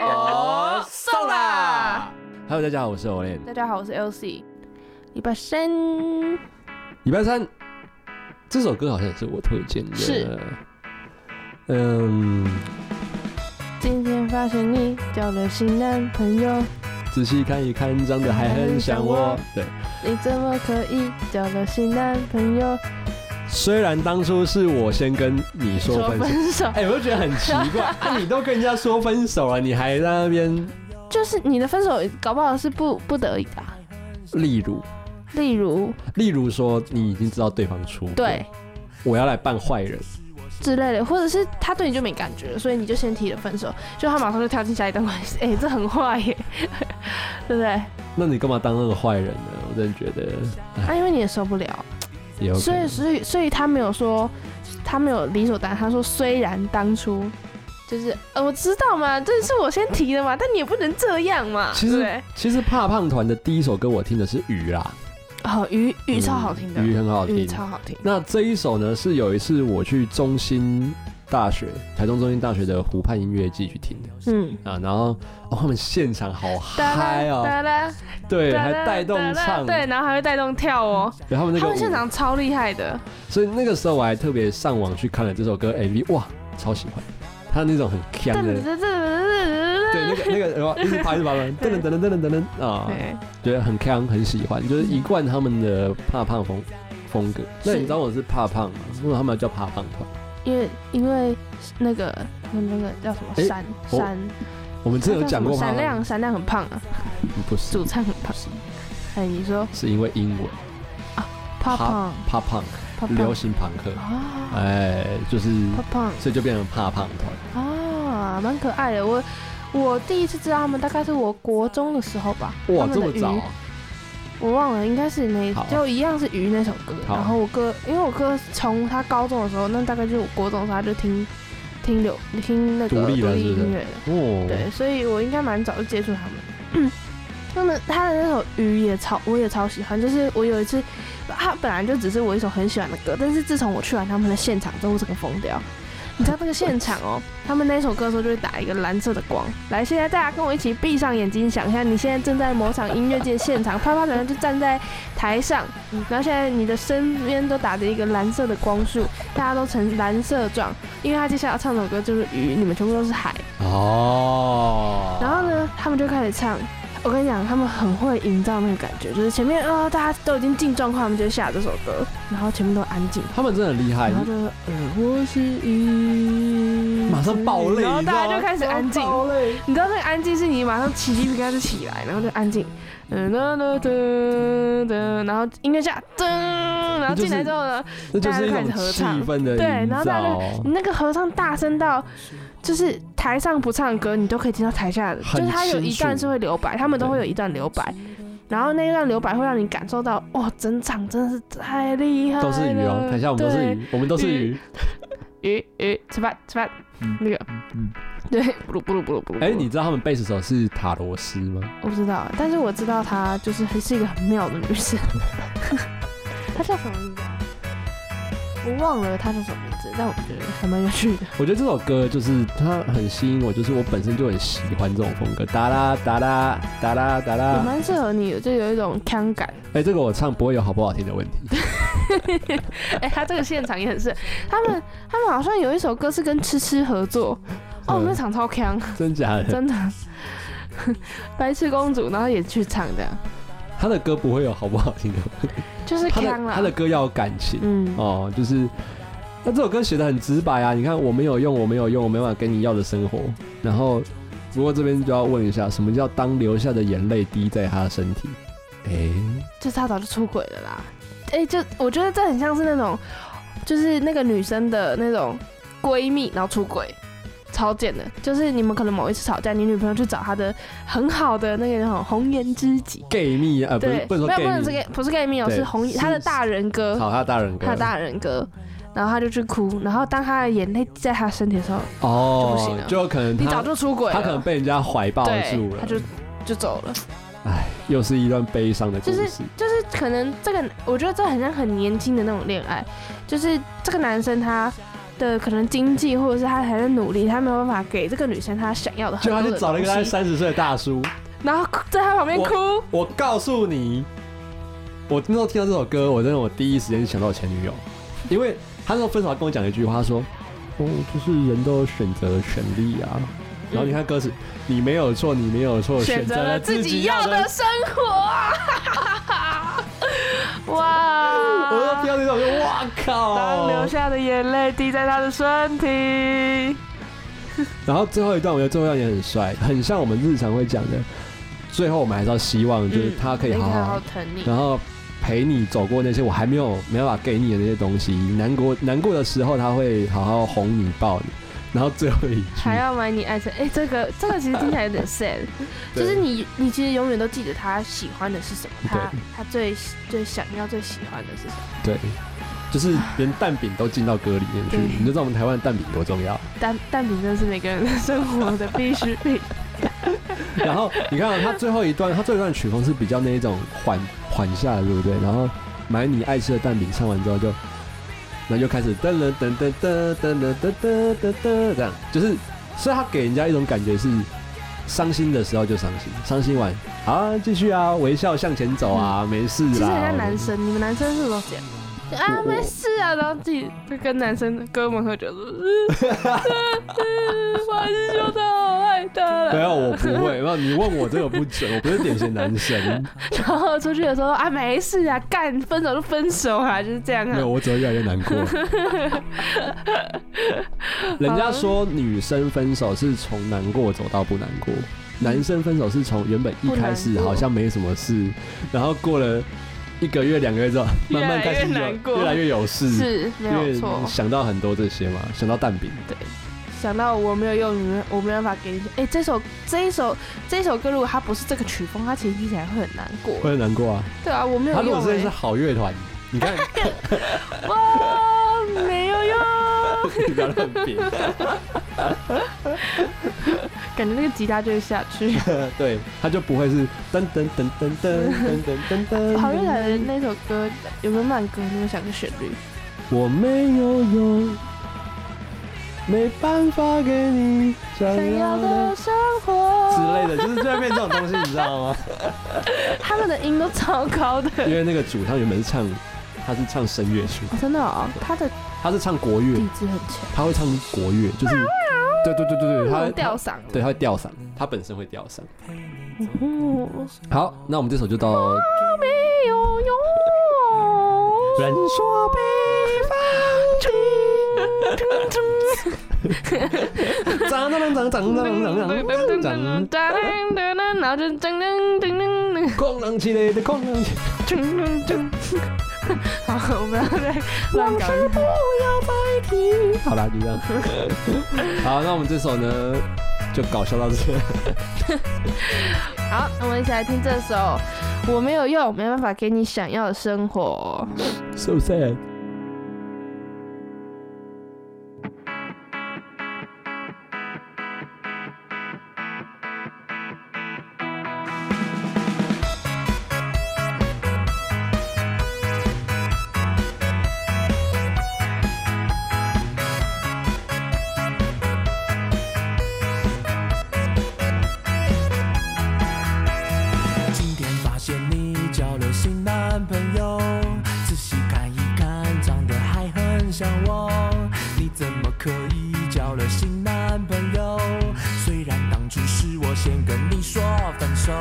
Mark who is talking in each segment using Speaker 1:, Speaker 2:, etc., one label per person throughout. Speaker 1: 哦
Speaker 2: Hello，大家好，我是 Olen。
Speaker 1: 大家好，我是 LC。礼拜三
Speaker 2: 礼拜三，这首歌好像也是我推荐的。
Speaker 1: 是，
Speaker 2: 嗯，
Speaker 1: 今天发现你交了新男朋友，
Speaker 2: 仔细看一看，长得还很像我。对，
Speaker 1: 你怎么可以交了新男朋友？
Speaker 2: 虽然当初是我先跟你说分
Speaker 1: 手，
Speaker 2: 手，哎、我就觉得很奇 怪，啊、你都跟人家说分手了，你还在那边，
Speaker 1: 就是你的分手搞不好是不不得已的啊、
Speaker 2: 例如，
Speaker 1: 例如
Speaker 2: 例如说你已经知道对方出轨，
Speaker 1: 对
Speaker 2: 我要来扮坏人，
Speaker 1: 之类的，或者是他对你就没感觉了，所以你就先提了分手，就他马上就跳进下一段关系，哎、这很坏耶， 对不对？
Speaker 2: 那你干嘛当那个坏人呢？我真的觉得
Speaker 1: 啊，因为你也受不了，
Speaker 2: 也有可
Speaker 1: 所以
Speaker 2: 能。
Speaker 1: 所以所以他没有说，他没有理所当然，他说虽然当初就是呃我知道嘛，这是我先提的嘛，但你也不能这样嘛，
Speaker 2: 其实
Speaker 1: 对不对
Speaker 2: 其实怕胖团的第一首歌我听的是鱼啦，
Speaker 1: 哦，鱼鱼超好听的，
Speaker 2: 嗯鱼很好
Speaker 1: 鱼
Speaker 2: 听。
Speaker 1: 超好听，
Speaker 2: 那这一首呢，是有一次我去中心大学，台中中心大学的湖畔音乐季去听的
Speaker 1: 嗯，
Speaker 2: 啊，然后哦，他们现场好
Speaker 1: 哒
Speaker 2: 嗨
Speaker 1: 啦
Speaker 2: 哦，
Speaker 1: 哒啦，
Speaker 2: 对，
Speaker 1: 哒
Speaker 2: 还
Speaker 1: 啦
Speaker 2: 带动
Speaker 1: 哒啦
Speaker 2: 唱，
Speaker 1: 对，然后还会带动跳哦，
Speaker 2: 然后他们那
Speaker 1: 他
Speaker 2: 个
Speaker 1: 们现
Speaker 2: 舞，
Speaker 1: 场超厉害的，
Speaker 2: 所以那个时候我还特别上网去看了这首歌 MV，哇，超喜欢，他那种很
Speaker 1: 噔
Speaker 2: 强的
Speaker 1: 噔，噔噔噔
Speaker 2: 对，那个那个，然后一直拍一直拍，噔噔噔噔噔噔噔啊，
Speaker 1: 对，
Speaker 2: 觉得很强，很喜欢，就是一贯他们的怕胖风风格。那你知道我是怕胖吗？为什么他们要叫怕胖团？
Speaker 1: 因为因为那个他们那个叫什么
Speaker 2: 哎
Speaker 1: 闪
Speaker 2: 我
Speaker 1: 闪，
Speaker 2: 我们之前有讲过怕
Speaker 1: 闪
Speaker 2: 胖团，
Speaker 1: 亮闪亮很胖啊，
Speaker 2: 不是
Speaker 1: 主，唱很胖，哎，你说
Speaker 2: 是因为英文
Speaker 1: 胖胖
Speaker 2: 怕胖，
Speaker 1: 胖
Speaker 2: 流
Speaker 1: 胖
Speaker 2: 行朋克，
Speaker 1: 啊，
Speaker 2: 哎，就是，
Speaker 1: 胖胖
Speaker 2: 所以就变成怕胖团。
Speaker 1: 啊，蛮可爱的。我我第一次知道他们，大概是我国中的时候吧。
Speaker 2: 哇，
Speaker 1: 他
Speaker 2: 这
Speaker 1: 们
Speaker 2: 么
Speaker 1: 的鱼
Speaker 2: 早啊？
Speaker 1: 我忘了，应该是那
Speaker 2: 好啊
Speaker 1: 就一样是鱼那首歌。
Speaker 2: 好啊
Speaker 1: 然后我哥，因为我哥从他高中的时候，那大概就是我国中的时候，他就听听流听那个
Speaker 2: 独立了是不是
Speaker 1: 音乐了。对，
Speaker 2: 哦，
Speaker 1: 所以我应该蛮早就接触他们。 他们他的那首《鱼》也超，我也超喜欢。就是我有一次，他本来就只是我一首很喜欢的歌，但是自从我去完他们的现场之后，我整个疯掉。你知道那个现场哦，他们那首歌的时候就会打一个蓝色的光。来，现在大家跟我一起闭上眼睛，想一下，你现在正在某场音乐节现场，啪啪然后就站在台上，嗯然后现在你的身边都打着一个蓝色的光束，大家都呈蓝色状，因为他接下来要唱首歌就是鱼，你们全部都是海。
Speaker 2: 哦，
Speaker 1: 然后？呢，他们就开始唱。我跟你讲，他们很会营造那个感觉，就是前面啊、哦大家都已经进状况，他们就下这首歌，然后前面都安静，
Speaker 2: 他们真的很厉害
Speaker 1: 然，后就呃我是鱼，
Speaker 2: 马上爆泪，
Speaker 1: 然后
Speaker 2: 你知
Speaker 1: 大
Speaker 2: 道
Speaker 1: 家
Speaker 2: 吗
Speaker 1: 就开始安静。
Speaker 2: 爆泪
Speaker 1: 你知道那个安静是你马上起鸡皮疙瘩就起来，然后就安静，噔噔噔噔噔，然后音乐下噔，然后进来之后呢，
Speaker 2: 这就是一
Speaker 1: 大家就开
Speaker 2: 种
Speaker 1: 始合
Speaker 2: 气
Speaker 1: 唱
Speaker 2: 氛的
Speaker 1: 对
Speaker 2: 营
Speaker 1: 然后大家嗯
Speaker 2: 造，
Speaker 1: 你那个合唱大声到，就是台上不唱歌，你都可以听到台下的，就
Speaker 2: 很
Speaker 1: 是他有一
Speaker 2: 清楚
Speaker 1: 段是会留白，他们都
Speaker 2: 对
Speaker 1: 会有一段留白，然后那一段留白会让你感受到，哇，整场真的是太厉害了，
Speaker 2: 都是鱼哦。等一下，我们都是鱼，我们都是
Speaker 1: 鱼
Speaker 2: 鱼。
Speaker 1: 对鱼鱼，吃饭吃饭，
Speaker 2: 嗯
Speaker 1: 那个
Speaker 2: 嗯，
Speaker 1: 对，布鲁布鲁布鲁布鲁，
Speaker 2: 哎，你知道他们贝斯手是塔罗斯吗？
Speaker 1: 我不知道，但是我知道她就是很是一个很妙的女生， 她叫什么名字啊？我忘了她叫什么名字，但我觉得还蛮有趣的。
Speaker 2: 我觉得这首歌就是它很吸引我，就是我本身就很喜欢这种风格，哒啦哒啦哒啦哒
Speaker 1: 也
Speaker 2: 啦。
Speaker 1: 蛮适合你的，就有一种腔感。
Speaker 2: 哎，这个我唱不会有好不好听的问题。
Speaker 1: 哎、他这个现场也很适合。他们他们好像有一首歌是跟吃吃合作，哦，
Speaker 2: 嗯
Speaker 1: 那场超强，
Speaker 2: 真假的？
Speaker 1: 真的。白痴公主，然后也去唱的，
Speaker 2: 他的歌不会有好不好听的，
Speaker 1: 就是
Speaker 2: 他的
Speaker 1: 腔啦。
Speaker 2: 他的歌要有感情
Speaker 1: 嗯，
Speaker 2: 哦，就是。那这首歌写的很直白啊，你看我没有用，我没有用，我没办法给你要的生活。然后，不过这边就要问一下，什么叫当流下的眼泪滴在他身体？哎、
Speaker 1: 就是他早就出轨了啦。哎、就我觉得这很像是那种，就是那个女生的那种闺蜜，然后出轨。超贱的，就是你们可能某一次吵架，你女朋友去找她的很好的那个什么红颜知己，
Speaker 2: g a y 蜜啊，呃不是
Speaker 1: 对，
Speaker 2: 不能
Speaker 1: 没
Speaker 2: 说
Speaker 1: 有
Speaker 2: gay
Speaker 1: 不能是
Speaker 2: 蜜，
Speaker 1: gay，不是 gay 蜜哦，
Speaker 2: 对
Speaker 1: 是红
Speaker 2: 是
Speaker 1: 他的大人哥，
Speaker 2: 好，他大人歌，
Speaker 1: 他的大人哥，然后他就去哭，然后当他的眼泪滴在他身体的时候，就不行
Speaker 2: 哦
Speaker 1: 了，
Speaker 2: 就可能
Speaker 1: 你
Speaker 2: 他
Speaker 1: 早就出轨了，
Speaker 2: 他可能被人家怀抱住
Speaker 1: 对，
Speaker 2: 了，
Speaker 1: 他就就走了。
Speaker 2: 又是一段悲伤的故事。
Speaker 1: 就是可能这个，我觉得这很像很年轻的那种恋爱，就是这个男生他的可能经济或者是他还在努力，他没有办法给这个女生她想要的
Speaker 2: 就
Speaker 1: 很
Speaker 2: 他
Speaker 1: 多
Speaker 2: 去
Speaker 1: 的
Speaker 2: 找了一个大概
Speaker 1: 东西。
Speaker 2: 三十岁的大叔，
Speaker 1: 然后哭在他旁边哭，
Speaker 2: 我告诉你，我那时候听到这首歌，我真的我第一时间想到我前女友，因为他那时候分手还跟我讲一句话，他说：“哦，就是人都有选择的权利啊。”然后你看歌词，你没有错，你没有错，选择了自己要的。
Speaker 1: 生活啊！ 哇！
Speaker 2: 我啊都听到这首歌，哇
Speaker 1: 当流
Speaker 2: 靠！
Speaker 1: 下的眼泪滴在他的身体。
Speaker 2: 然后最后一段，我觉得最后一段也很帅，很像我们日常会讲的。最后我们还是要希望，就是他可以
Speaker 1: 嗯
Speaker 2: 好啊
Speaker 1: 那个好
Speaker 2: 好
Speaker 1: 好疼你。
Speaker 2: 然后陪你走过那些我还没有没办法给你的那些东西，难过难过的时候，他会好好哄你抱你，然后最后一句
Speaker 1: 还要买你爱吃，哎、这个这个其实听起来有 点 sad，
Speaker 2: 对
Speaker 1: 就是你你其实永远都记得他喜欢的是什么，他
Speaker 2: 对
Speaker 1: 他最最想要最喜欢的是什么？
Speaker 2: 对，就是连蛋饼都进到歌里面去
Speaker 1: 对，
Speaker 2: 你就知道我们台湾的蛋饼多重要。
Speaker 1: 蛋蛋饼真的是每个人的生活的必需 品。
Speaker 2: 然后你看、啊、他最后一段，他最后一段曲风是比较那一种缓缓下的，对不对？然后买你爱吃的蛋饼唱完之后就。然后就开始噔噔噔噔噔噔噔噔噔噔噔，这样就是，所以他给人家一种感觉是，伤心的时候就伤心，伤心完好啊，继续啊，微笑向前走啊，没事啦。
Speaker 1: 嗯其实人家男生，你们男生是不是都这样？就啊，
Speaker 2: 我
Speaker 1: 没事啊，然后自己就跟男生哥们喝 酒，说，嗯嗯我还是觉得我爱他了。
Speaker 2: 没有，我不会。那你问我这个不准，我不是典型男生，
Speaker 1: 然后出去的时候啊，没事啊，干分手就分手啊，就是这样
Speaker 2: 没
Speaker 1: 啊。
Speaker 2: 有，我只会越来越难 过。人家说女生分手是从难过走到不难过，
Speaker 1: 嗯
Speaker 2: 男生分手是从原本一开
Speaker 1: 不
Speaker 2: 始
Speaker 1: 难过
Speaker 2: 好像没什么事，然后过了一个月、两个月之后，
Speaker 1: 越
Speaker 2: 慢
Speaker 1: 来越
Speaker 2: 慢开始
Speaker 1: 难
Speaker 2: 有
Speaker 1: 过
Speaker 2: 越来越有事，
Speaker 1: 是没
Speaker 2: 因为
Speaker 1: 有错，
Speaker 2: 想到很多这些嘛，想到蛋饼，
Speaker 1: 想到我没有用你们，我没办法给你。哎、这首这一首这一首歌，如果它不是这个曲风，它其实听起来会很难过。
Speaker 2: 会很难过啊。
Speaker 1: 对啊，我没
Speaker 2: 他
Speaker 1: 有
Speaker 2: 如果
Speaker 1: 用、
Speaker 2: 真的是
Speaker 1: 欸，
Speaker 2: 好乐团，你看，
Speaker 1: 哇，没有用，
Speaker 2: 你不要乱编，
Speaker 1: 感觉那个吉他就会下 去。
Speaker 2: 对，他就不会是噔噔噔噔噔噔噔噔噔。
Speaker 1: 好乐团的那首歌有没有慢歌？你有没有想过旋律？
Speaker 2: 我没有用，没办法给你想
Speaker 1: 想
Speaker 2: 要
Speaker 1: 要
Speaker 2: 的
Speaker 1: 的生活
Speaker 2: 之类的，就是就会变这种东西，你知道吗？
Speaker 1: 他们的音都超高 的。
Speaker 2: 因为那个主唱原本是唱，他是唱声乐曲，
Speaker 1: 哦真的哦，他的
Speaker 2: 他是唱国乐
Speaker 1: 底，子很强，
Speaker 2: 他会唱国乐，就是对对对对对，他
Speaker 1: 吊
Speaker 2: 他
Speaker 1: 嗓。
Speaker 2: 对他会吊嗓，他本身会吊嗓。
Speaker 1: 嗯
Speaker 2: 好，那我们这首就到
Speaker 1: 我没有 用。
Speaker 2: 人说北方，长长 长长长长长长。
Speaker 1: 然后就噔噔噔噔
Speaker 2: 空浪起来的空浪起，
Speaker 1: 噔噔噔。好，我们要再乱搞一下。
Speaker 2: 要再提。 好啦，就这样。好，那我们这首呢，就搞笑到这。
Speaker 1: 好，那我们一起来听这首《我没有用，没办法给你想要的生活》。
Speaker 2: So sad。
Speaker 3: 今天发现你交了新男朋友，仔细看一看，长得还很像我。你怎么可以交了新男朋友？虽然当初是我先跟你说分手。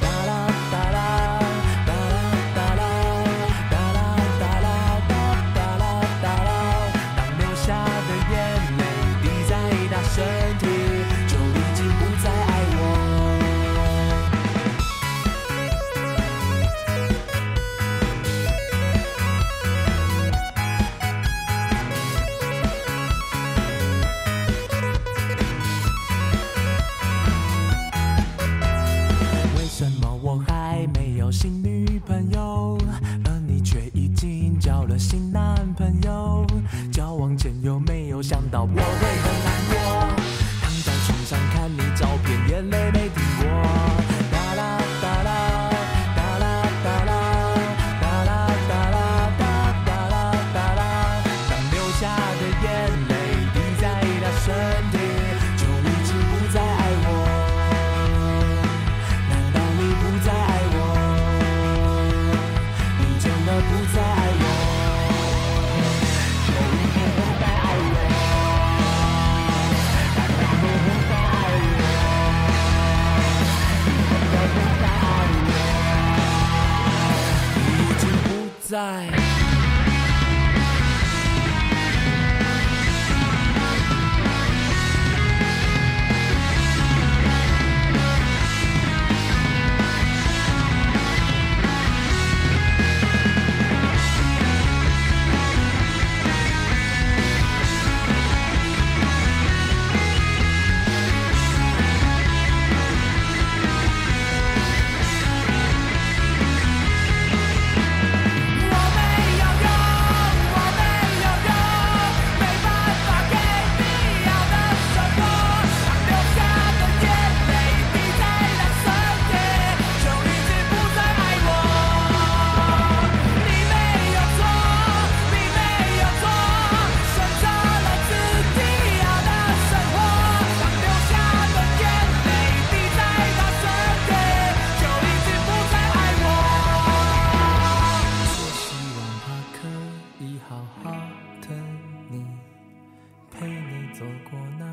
Speaker 3: 哒啦哒啦哒啦哒啦哒啦哒啦哒哒啦哒啦，当流下的眼泪滴在他身体，就已经不再爱我。为什么我还没有新女朋友，而你却已经交了新男朋友？交往前有没有想到我会很难过？躺在床上看你照片，眼泪没停过。哒啦哒啦哒啦哒啦哒啦哒啦哒哒啦哒啦，当流下的眼泪滴在他身体，就已经不再爱我。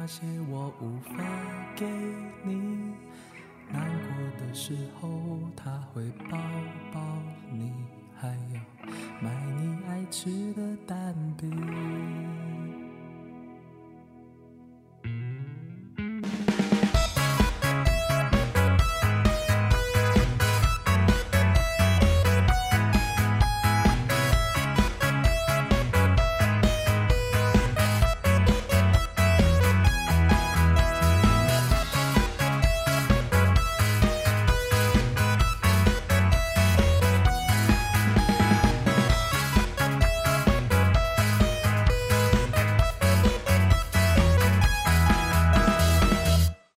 Speaker 3: 些我无法给你。难过的时候，他会抱抱你，还有买你爱吃的蛋饼。